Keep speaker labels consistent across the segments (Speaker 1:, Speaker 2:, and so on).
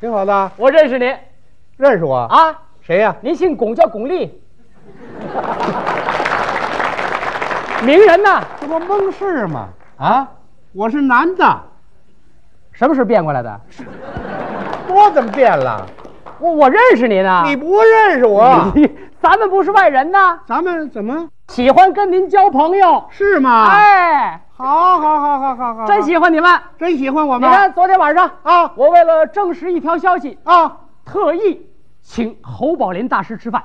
Speaker 1: 挺好的啊，
Speaker 2: 我认识您
Speaker 1: 认识我啊？
Speaker 2: 啊，
Speaker 1: 谁呀、
Speaker 2: 您姓巩，叫巩俐， 名人呐。
Speaker 1: 这不蒙事吗？啊，我是男的，
Speaker 2: 什么时候变过来的？
Speaker 1: 我怎么变了？
Speaker 2: 我我认识您啊，
Speaker 1: 你不认识我？
Speaker 2: 咱们不是外人呐，
Speaker 1: 咱们怎么
Speaker 2: 喜欢跟您交朋友。
Speaker 1: 是吗？，
Speaker 2: 哎，
Speaker 1: 好，好，好，好，好，好，
Speaker 2: 真喜欢你们。
Speaker 1: 真喜欢我
Speaker 2: 你
Speaker 1: 们
Speaker 2: 看昨天晚上
Speaker 1: 啊
Speaker 2: 我为了证实一条消息，
Speaker 1: 啊！
Speaker 2: 特意请侯宝林大师吃饭。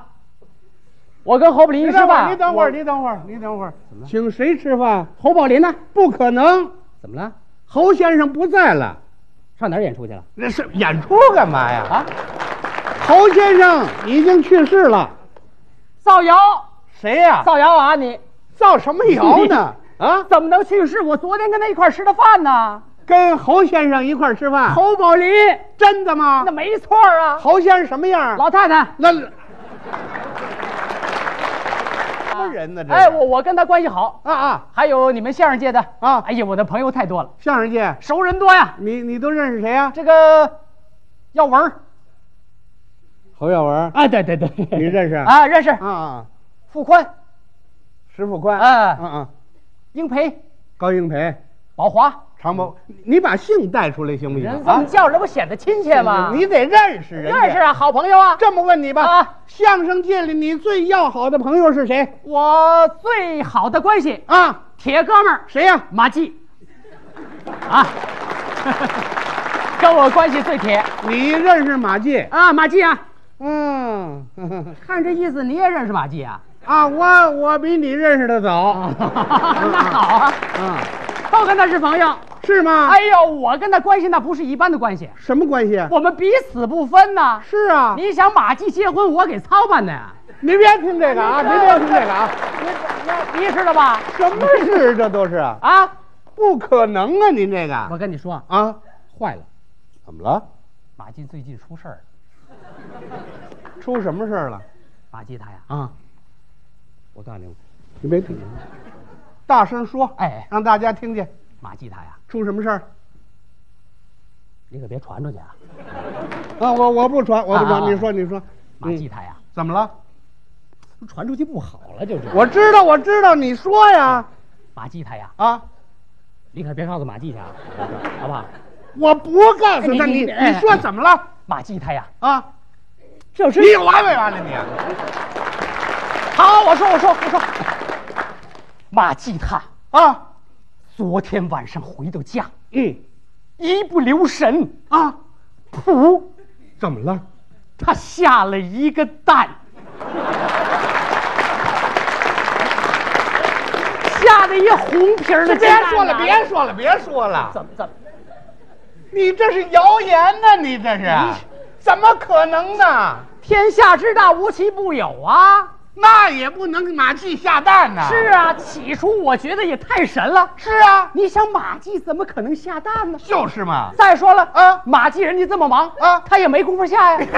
Speaker 2: 我跟侯宝林一
Speaker 1: 你
Speaker 2: 吃
Speaker 1: 等会儿，
Speaker 2: 饭，
Speaker 1: 你等会儿，
Speaker 2: 我
Speaker 1: 你等会儿，你等会儿，请谁吃饭？
Speaker 2: 侯宝林呢？
Speaker 1: 不可能，
Speaker 2: 怎么了？
Speaker 1: 侯先生不在了，
Speaker 2: 上哪儿演出去了？
Speaker 1: 那是演出干嘛呀？
Speaker 2: 啊，
Speaker 1: 侯先生已经去世了，
Speaker 2: 造谣，
Speaker 1: 谁呀、
Speaker 2: 造谣啊你！
Speaker 1: 造什么谣 呢？ 啊，
Speaker 2: 怎么能去世？我昨天跟他一块儿吃的饭呢。
Speaker 1: 跟侯先生一块儿吃饭，
Speaker 2: 侯宝林，
Speaker 1: 真的吗
Speaker 2: 那？没错儿啊。
Speaker 1: 侯先生什么样？
Speaker 2: 老太太，
Speaker 1: 那什么人呢？这
Speaker 2: 哎，我我跟他关系好，
Speaker 1: 啊啊，
Speaker 2: 还有你们相声界的
Speaker 1: 啊
Speaker 2: 哎呀，我的朋友太多了，
Speaker 1: 相声界，
Speaker 2: 熟人多呀。
Speaker 1: 你你都认识谁啊呀、
Speaker 2: 这个耀文儿，
Speaker 1: 侯耀文，
Speaker 2: 哎，对对对，
Speaker 1: 你认识
Speaker 2: 啊？认识
Speaker 1: 啊，啊，
Speaker 2: 傅宽，
Speaker 1: 石富宽，
Speaker 2: 哎
Speaker 1: 嗯嗯，
Speaker 2: 英培，
Speaker 1: 高英培，
Speaker 2: 宝华，
Speaker 1: 常宝，你你把姓带出来行不行啊
Speaker 2: 人这么叫，这不显得亲切吗？
Speaker 1: 你得认识人家，
Speaker 2: 认识啊，好朋友啊。
Speaker 1: 这么问你吧，
Speaker 2: 啊
Speaker 1: 相声界里你最要好的朋友是谁
Speaker 2: 我最好的关系，
Speaker 1: 啊？
Speaker 2: 铁哥们儿
Speaker 1: 谁呀、
Speaker 2: 马季，啊， 跟我关系最铁
Speaker 1: 你认识马季？
Speaker 2: 啊，马季啊。
Speaker 1: 嗯，呵呵
Speaker 2: 看这意思，你也认识马季啊？
Speaker 1: 啊，我我比你认识的早。
Speaker 2: 那好啊，
Speaker 1: 啊，
Speaker 2: 都跟他是朋友。
Speaker 1: 是吗？
Speaker 2: 哎，呦，我跟他关系那不是一般的关系，
Speaker 1: 什么关系？啊
Speaker 2: 我们彼此不分呐。
Speaker 1: 是啊，
Speaker 2: 你想马季结婚，我给操办的呀？
Speaker 1: 您别听这个啊，您别听这个啊，
Speaker 2: 你你知道吧？
Speaker 1: 什么事这都是啊，
Speaker 2: 啊，
Speaker 1: 不可能啊，您这个
Speaker 2: 我跟你说，
Speaker 1: 啊，
Speaker 2: 坏了，
Speaker 1: 怎么了？
Speaker 2: 马季最近出事儿了。
Speaker 1: 出什么事儿了？
Speaker 2: 马季他呀，
Speaker 1: 啊，
Speaker 2: 我告诉你，
Speaker 1: 你别听，大声说，
Speaker 2: 哎，
Speaker 1: 让大家听见，
Speaker 2: 马季他呀，
Speaker 1: 出什么事儿？
Speaker 2: 你可别传出去啊！
Speaker 1: 啊，我我不传，我不传，
Speaker 2: 啊啊啊
Speaker 1: 你说你说，嗯
Speaker 2: 马季他呀，
Speaker 1: 怎么了？
Speaker 2: 传出去不好了，就是。
Speaker 1: 我知道，我知道，你说呀，
Speaker 2: 马季他呀，
Speaker 1: 啊，
Speaker 2: 你可别告诉马季他啊，好不好？
Speaker 1: 我不告诉他，
Speaker 2: 哎你
Speaker 1: 你
Speaker 2: 你哎
Speaker 1: 你说怎么了？
Speaker 2: 马季他呀，
Speaker 1: 啊，
Speaker 2: 就是
Speaker 1: 你完没完了你？啊
Speaker 2: 好，我说，我说，我说，马季他
Speaker 1: 啊，
Speaker 2: 昨天晚上回到家，
Speaker 1: 嗯，
Speaker 2: 一不留神，
Speaker 1: 啊，
Speaker 2: 噗，
Speaker 1: 怎么了？
Speaker 2: 他下了一个 蛋，下了一红皮儿的
Speaker 1: 别
Speaker 2: 鸡蛋
Speaker 1: 说了，
Speaker 2: 呐
Speaker 1: 别说了，别说了。
Speaker 2: 怎么怎么，
Speaker 1: 你这是谣言呢、你这是，怎么可能呢？
Speaker 2: 天下之大无奇不有啊！
Speaker 1: 那也不能马季下蛋呢、
Speaker 2: 是，啊，起初我觉得也太神了。
Speaker 1: 是啊，
Speaker 2: 你想马季怎么可能下蛋呢？
Speaker 1: 就是嘛。
Speaker 2: 再说了
Speaker 1: 啊
Speaker 2: 马季人家这么忙
Speaker 1: 啊
Speaker 2: 他也没工夫下呀。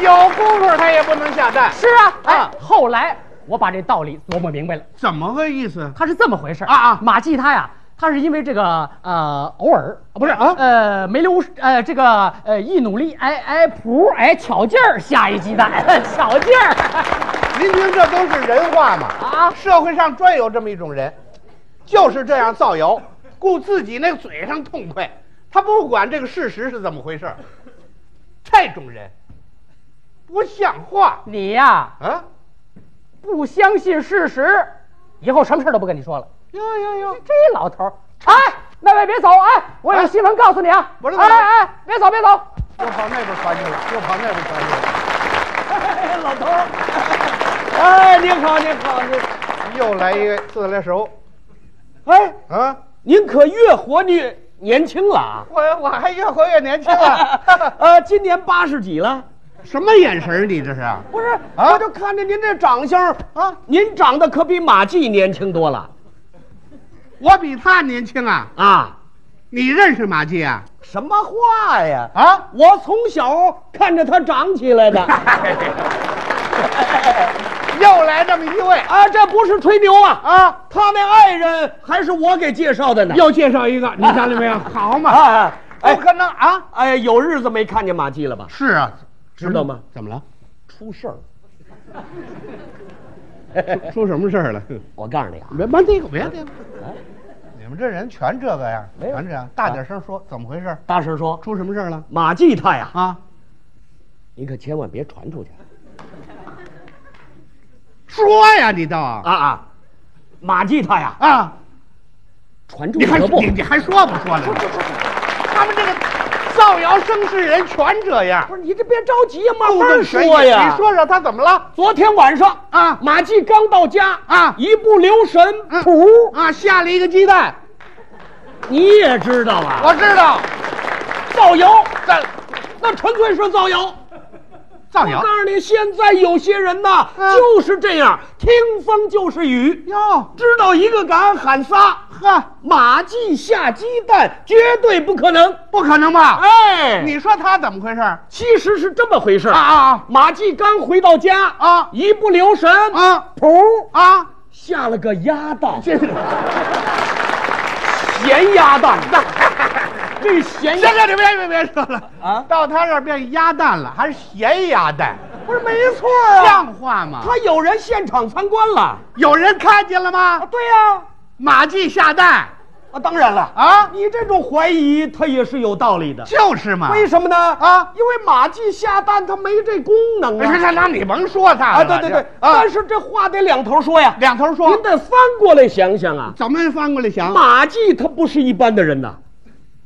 Speaker 1: 有功夫他也不能下蛋，
Speaker 2: 是啊，哎，
Speaker 1: 啊
Speaker 2: 后来我把这道理琢磨明白了，
Speaker 1: 怎么个意思？
Speaker 2: 他是这么回事儿
Speaker 1: 啊啊
Speaker 2: 马季他呀，他是因为这个呃，偶尔啊不是
Speaker 1: 啊
Speaker 2: 呃，没留呃这个呃一努力，哎哎噗哎巧劲儿下一鸡蛋， 巧劲儿，
Speaker 1: 您听，这都是人话嘛。
Speaker 2: 啊
Speaker 1: 社会上专有这么一种人，就是这样造谣，顾自己那个嘴上痛快，他不管这个事实是怎么回事儿。这种人不像话
Speaker 2: 你呀
Speaker 1: 啊！
Speaker 2: 不相信事实，以后什么事儿都不跟你说了。
Speaker 1: 哟哟哟！
Speaker 2: 这老头儿，哎，那位别走，哎，我有新闻告诉你啊，
Speaker 1: 不是
Speaker 2: 哎哎哎，别走别走，
Speaker 1: 又跑那边传去了，又跑那边传去了。
Speaker 2: 老头儿。
Speaker 1: 哎，您好，您好，您又来一个自来熟
Speaker 3: 哎，
Speaker 1: 啊！
Speaker 3: 您可越活越年轻了啊！
Speaker 1: 我我还越活越年轻啊 了。
Speaker 3: 呃，今年八十几了。
Speaker 1: 什么眼神儿你这是？
Speaker 3: 不是，我就看着您这长相啊，您长得可比马季年轻多了
Speaker 1: 我比他年轻啊！
Speaker 3: 啊！
Speaker 1: 你认识马季啊？
Speaker 3: 什么话呀？
Speaker 1: 啊？
Speaker 3: 我从小看着他长起来的 啊
Speaker 1: 又来这么一位
Speaker 3: 啊，这不是吹牛啊！
Speaker 1: 啊！
Speaker 3: 他那爱人还是我给介绍的呢。
Speaker 1: 又介绍一个，你瞧见没有？好嘛！
Speaker 3: 啊，
Speaker 1: 不可能啊！
Speaker 3: 哎，有日子没看见马季了吧？
Speaker 1: 是啊，
Speaker 3: 知道吗
Speaker 1: 怎么了？
Speaker 3: 出事儿，
Speaker 1: 出什么事儿了？
Speaker 3: 我告诉你啊，
Speaker 1: 别别这个，别这个，
Speaker 3: 哎
Speaker 1: 你们这人全这个呀，
Speaker 3: 没有
Speaker 1: 全这样，大点声说，怎么回事？
Speaker 3: 大婶说，
Speaker 1: 出什么事儿了？
Speaker 3: 马季他呀，
Speaker 1: 啊，
Speaker 3: 你可千万别传出去
Speaker 1: 说呀，你倒
Speaker 3: 啊啊！马季他呀，
Speaker 1: 啊！
Speaker 3: 传出
Speaker 1: 你
Speaker 3: 去
Speaker 1: 还
Speaker 3: 可不
Speaker 1: 你你还说不说了？他们这个造谣生事人全这样
Speaker 3: 不，是你这别着急呀，慢
Speaker 1: 顾
Speaker 3: 慢
Speaker 1: 正全
Speaker 3: 说
Speaker 1: 也
Speaker 3: 呀。
Speaker 1: 你说说他怎么了？
Speaker 3: 昨天晚上
Speaker 1: 啊
Speaker 3: 马季刚到家
Speaker 1: 啊
Speaker 3: 一不留神，
Speaker 1: 嗯
Speaker 3: 噗、
Speaker 1: 啊，下了一个鸡蛋，
Speaker 3: 你也知道啊，
Speaker 1: 我知道，
Speaker 3: 造谣，
Speaker 1: 这
Speaker 3: 那纯粹是造谣。
Speaker 1: 造
Speaker 3: 我
Speaker 1: 谣
Speaker 3: 告诉你，现在有些人呐，
Speaker 1: 嗯
Speaker 3: 就是这样，听风就是雨，
Speaker 1: 哟，
Speaker 3: 知道一个敢喊仨。
Speaker 1: 呵，
Speaker 3: 马季下鸡蛋绝对不可能。
Speaker 1: 不可能吧？
Speaker 3: 哎，
Speaker 1: 你说他怎么回事？啊
Speaker 3: 其实是这么回事啊。
Speaker 1: 啊
Speaker 3: 马季刚回到家
Speaker 1: 啊
Speaker 3: 一不留神，
Speaker 1: 啊
Speaker 3: 噗，
Speaker 1: 啊！
Speaker 3: 下了个鸭蛋，
Speaker 1: 这个
Speaker 3: 咸鸭 蛋。这个咸鸭
Speaker 1: 这个你别别别说了
Speaker 3: 啊
Speaker 1: 到他这儿变鸭蛋了，还是咸鸭蛋，
Speaker 3: 不是没错啊，
Speaker 1: 像话吗？
Speaker 3: 他有人现场参观了
Speaker 1: 有人看见了吗？
Speaker 3: 对呀、啊，
Speaker 1: 马季下蛋
Speaker 3: 当然了啊，
Speaker 1: 啊，
Speaker 3: 你这种怀疑他也是有道理的。
Speaker 1: 就是嘛。
Speaker 3: 为什么呢？
Speaker 1: 啊
Speaker 3: 因为马季下蛋他没这功能
Speaker 1: 哎
Speaker 3: 啊。
Speaker 1: 那那你甭说他
Speaker 3: 啊，
Speaker 1: 了
Speaker 3: 对对
Speaker 1: 这
Speaker 3: 对，
Speaker 1: 啊
Speaker 3: 但，是这话得两头说呀，
Speaker 1: 两头说
Speaker 3: 您，得翻过来想想啊。
Speaker 1: 怎么翻过来想？
Speaker 3: 马季他不是一般的人呐，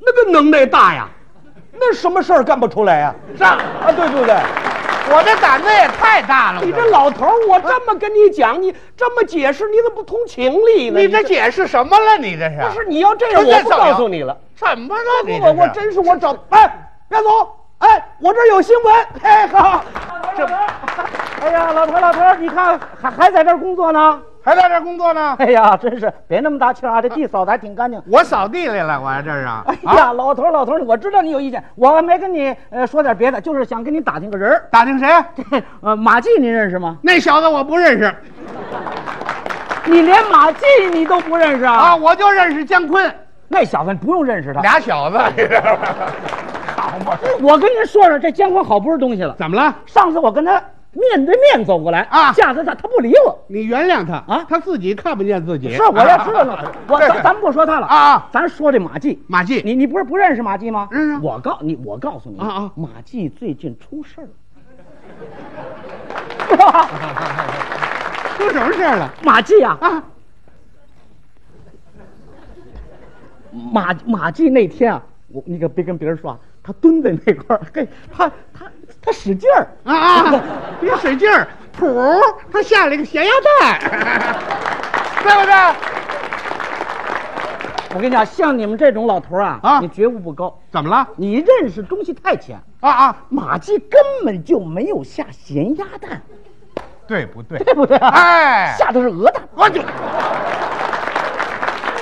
Speaker 3: 那个能耐大呀，那什么事儿干不出来呀？
Speaker 1: 上，
Speaker 3: 啊，对对对，
Speaker 1: 我这胆子也太大了，
Speaker 3: 你
Speaker 1: 我
Speaker 3: 这老头儿，我这么跟你讲，你这么解释，你怎么不通情理呢？
Speaker 1: 你这解释什么了？你这是
Speaker 3: 不是你要这样，
Speaker 1: 不是
Speaker 3: 我不
Speaker 1: 造谣
Speaker 3: 告诉你了。
Speaker 1: 什么了？
Speaker 3: 不
Speaker 1: 你
Speaker 3: 不，我
Speaker 1: 这
Speaker 3: 真是我找哎，别走，哎，我这儿有新闻，哎，好，
Speaker 1: 这
Speaker 2: 哎呀，老头儿老头儿，你看还还在这儿工作呢？
Speaker 1: 还在这儿工作呢？
Speaker 2: 哎呀，真是别那么大气儿啊，这地扫的还挺干净。
Speaker 1: 我扫地来了，我这是啊
Speaker 2: 哎，呀，老头儿老头儿，我知道你有意见，我没跟你呃说点别的，就是想跟你打听个人儿。
Speaker 1: 打听谁？
Speaker 2: 呃，马季您认识吗？
Speaker 1: 那小子我不认识
Speaker 2: 你连马季你都不认识啊？
Speaker 1: 啊，我就认识姜昆，
Speaker 2: 那小子你不用认识他。
Speaker 1: 俩小子，你知道吗？好嘛，
Speaker 2: 我跟您说说，这姜昆好不是东西了。
Speaker 1: 怎么了？
Speaker 2: 上次我跟他面对面走过来
Speaker 1: 啊
Speaker 2: 吓得他他不理我。
Speaker 1: 你原谅他
Speaker 2: 啊
Speaker 1: 他自己看不见自己。
Speaker 2: 是，我也知道那，我
Speaker 1: 对
Speaker 2: 咱咱不说他了
Speaker 1: 啊啊
Speaker 2: 咱说这马季。
Speaker 1: 马季，
Speaker 2: 你你不是不认识马季吗？
Speaker 1: 认识啊
Speaker 2: 我告你，我告诉你
Speaker 1: 啊啊
Speaker 2: 马季最近出事 儿。
Speaker 1: 出什么事儿了？
Speaker 2: 马季啊，
Speaker 1: 啊，
Speaker 2: 马马季那天啊，我你可别跟别人说啊，他蹲在那块儿，嘿，他他他使劲儿
Speaker 1: 啊啊！ 别使劲儿，谱他下了一个咸鸭蛋，对不对？
Speaker 2: 我跟你讲，像你们这种老头儿啊，
Speaker 1: 啊
Speaker 2: 你觉悟不高，
Speaker 1: 怎么了？
Speaker 2: 你认识东西太浅。
Speaker 1: 啊啊，
Speaker 2: 马季根本就没有下咸鸭蛋，
Speaker 1: 对不对？
Speaker 2: 对不对、啊？
Speaker 1: 哎
Speaker 2: 下的是鹅蛋。
Speaker 1: 我就事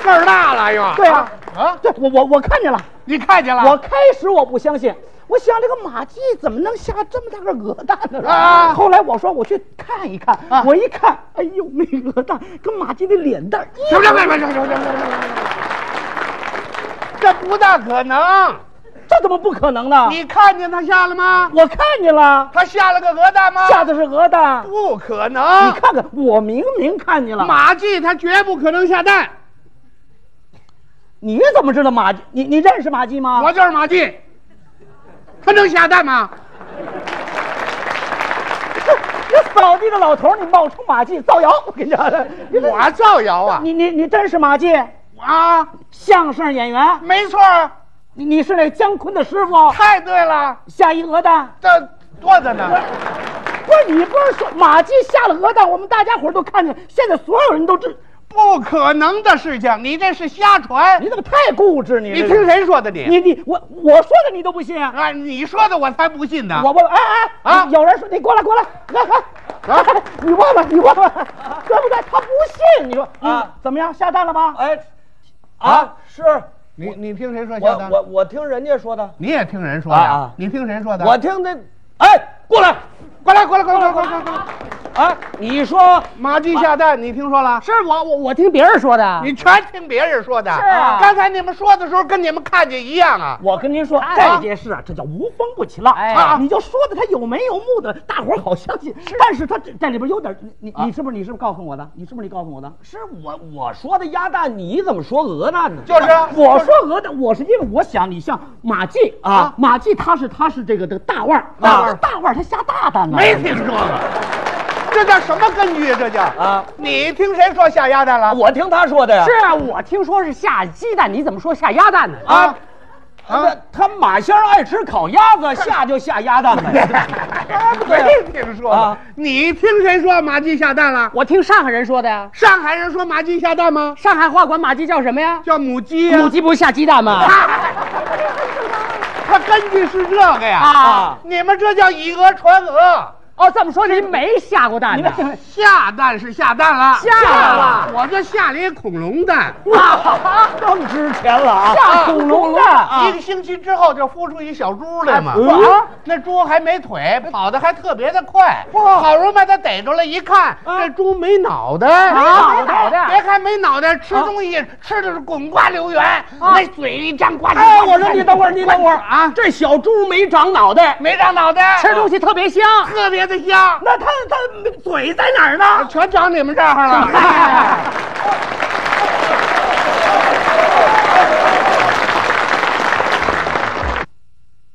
Speaker 1: 儿大了又。
Speaker 2: 对啊，
Speaker 1: 啊，
Speaker 2: 对我我我看见了。
Speaker 1: 你看见了？
Speaker 2: 我开始我不相信，我想这个马季怎么能下这么大个鹅蛋呢？
Speaker 1: 啊
Speaker 2: 后来我说我去看一看，
Speaker 1: 啊
Speaker 2: 我一看，哎呦，那鹅蛋跟马季的脸蛋儿一
Speaker 1: 行行行行行行行行行，这不大可能。
Speaker 2: 这怎么不可能呢？
Speaker 1: 你啊看见他下了吗？
Speaker 2: 我看见了，
Speaker 1: 他下了个鹅蛋吗？
Speaker 2: 下的是鹅蛋。
Speaker 1: 不可
Speaker 2: 你
Speaker 1: 能。
Speaker 2: 看看，我明明看见了。
Speaker 1: 啊马季他绝不可能下蛋。
Speaker 2: 你怎么知道马季？你你认识马季吗？
Speaker 1: 我就是马季，他能下蛋吗？
Speaker 2: 这扫地的老头儿，你冒充马季造谣，我跟你讲，你这
Speaker 1: 我造谣啊！
Speaker 2: 你你你真是马季，
Speaker 1: 啊，
Speaker 2: 相声演员，
Speaker 1: 没错儿，
Speaker 2: 你你是那姜昆的师傅，
Speaker 1: 太对了，
Speaker 2: 下一鹅蛋，
Speaker 1: 这多着呢。
Speaker 2: 不是你不是说马季下了鹅蛋，我们大家伙儿都看见，现在所有人都知，
Speaker 1: 不可能的事情，你这是瞎传
Speaker 2: 你。怎么太固执你？
Speaker 1: 你听谁说的你？
Speaker 2: 你你我我说的你都不信啊？
Speaker 1: 啊，你说的我才不信呢。
Speaker 2: 我问哎哎
Speaker 1: 啊
Speaker 2: 有人说你过来过来，来来，
Speaker 1: 啊
Speaker 2: 你问问你问问，对不对？他不信，你说
Speaker 4: 啊
Speaker 2: 啊怎么样下蛋了吗？
Speaker 4: 哎，啊，是我
Speaker 1: 你你听谁说瞎蛋？
Speaker 4: 我我听人家说的，
Speaker 1: 你也听人说的
Speaker 4: 啊啊
Speaker 1: 你听谁说的？
Speaker 4: 我听那，哎，过来，
Speaker 1: 过来过来过来过来过来过来，
Speaker 3: 啊，你说
Speaker 1: 马季下蛋，你听说了？
Speaker 2: 是我我我听别人说的。
Speaker 1: 你全听别人说的。是
Speaker 2: 啊
Speaker 1: 刚才你们说的时候跟你们看见一样啊。
Speaker 2: 我跟您说，这件事啊，这叫无风不起浪
Speaker 4: 哎
Speaker 2: 啊！你就说的他有眉有目的，大伙儿好相信。但是他这这里边有点，你你你是不是你是不是告诉我的？你是不是你告诉我的？
Speaker 3: 是我我说的鸭蛋，你怎么说鹅蛋呢？
Speaker 1: 就是啊
Speaker 2: 我说鹅的，我是因为我想你像马季啊，马季他是他是这个这个大腕儿，大腕儿大腕儿他下大蛋呢。
Speaker 1: 没听说过，这叫什么根据啊？这叫
Speaker 3: 啊！
Speaker 1: 你听谁说下鸭蛋了？
Speaker 3: 我听他说的呀。
Speaker 2: 是啊，我听说是下鸡蛋，你怎么说下鸭蛋呢？
Speaker 3: 啊，他他马仙儿爱吃烤鸭 子，下就下鸭蛋呗。
Speaker 1: 啊没听说过
Speaker 3: 啊。
Speaker 1: 你听谁说马季下蛋了？
Speaker 2: 我听上海人说的呀，
Speaker 1: 上海人说马季下蛋吗？
Speaker 2: 上海话管马鸡叫什么呀？
Speaker 1: 叫母鸡呀。
Speaker 2: 母鸡不是下啊鸡蛋吗？
Speaker 1: 他根据是这个呀。
Speaker 2: 啊，
Speaker 1: 你们这叫以讹传讹。
Speaker 2: 哦，这么说您没下过 蛋呢？
Speaker 1: 下蛋是下蛋了，
Speaker 2: 下了
Speaker 1: 我这下了一恐龙蛋，
Speaker 2: 哇，
Speaker 3: 更值钱了啊！
Speaker 2: 啊下恐龙蛋！
Speaker 1: 一个星期之后就孵出一小猪来嘛。
Speaker 2: 啊
Speaker 1: 那猪还没腿，跑得还特别的快。好容易把它逮着了，一看
Speaker 3: 啊
Speaker 1: 这猪没脑袋，
Speaker 2: 啊没脑袋
Speaker 1: 别看没脑袋，
Speaker 3: 啊
Speaker 1: 吃东西吃的是滚瓜流圆，那嘴一张呱唧呱唧。
Speaker 3: 哎，我说你等会儿，
Speaker 1: 呱唧
Speaker 3: 你等会儿啊！这小猪没长脑袋，
Speaker 1: 没长脑袋，
Speaker 2: 吃东西特别香。
Speaker 1: 特别的香，
Speaker 3: 那它它嘴在哪儿呢？
Speaker 1: 全长你们这儿了。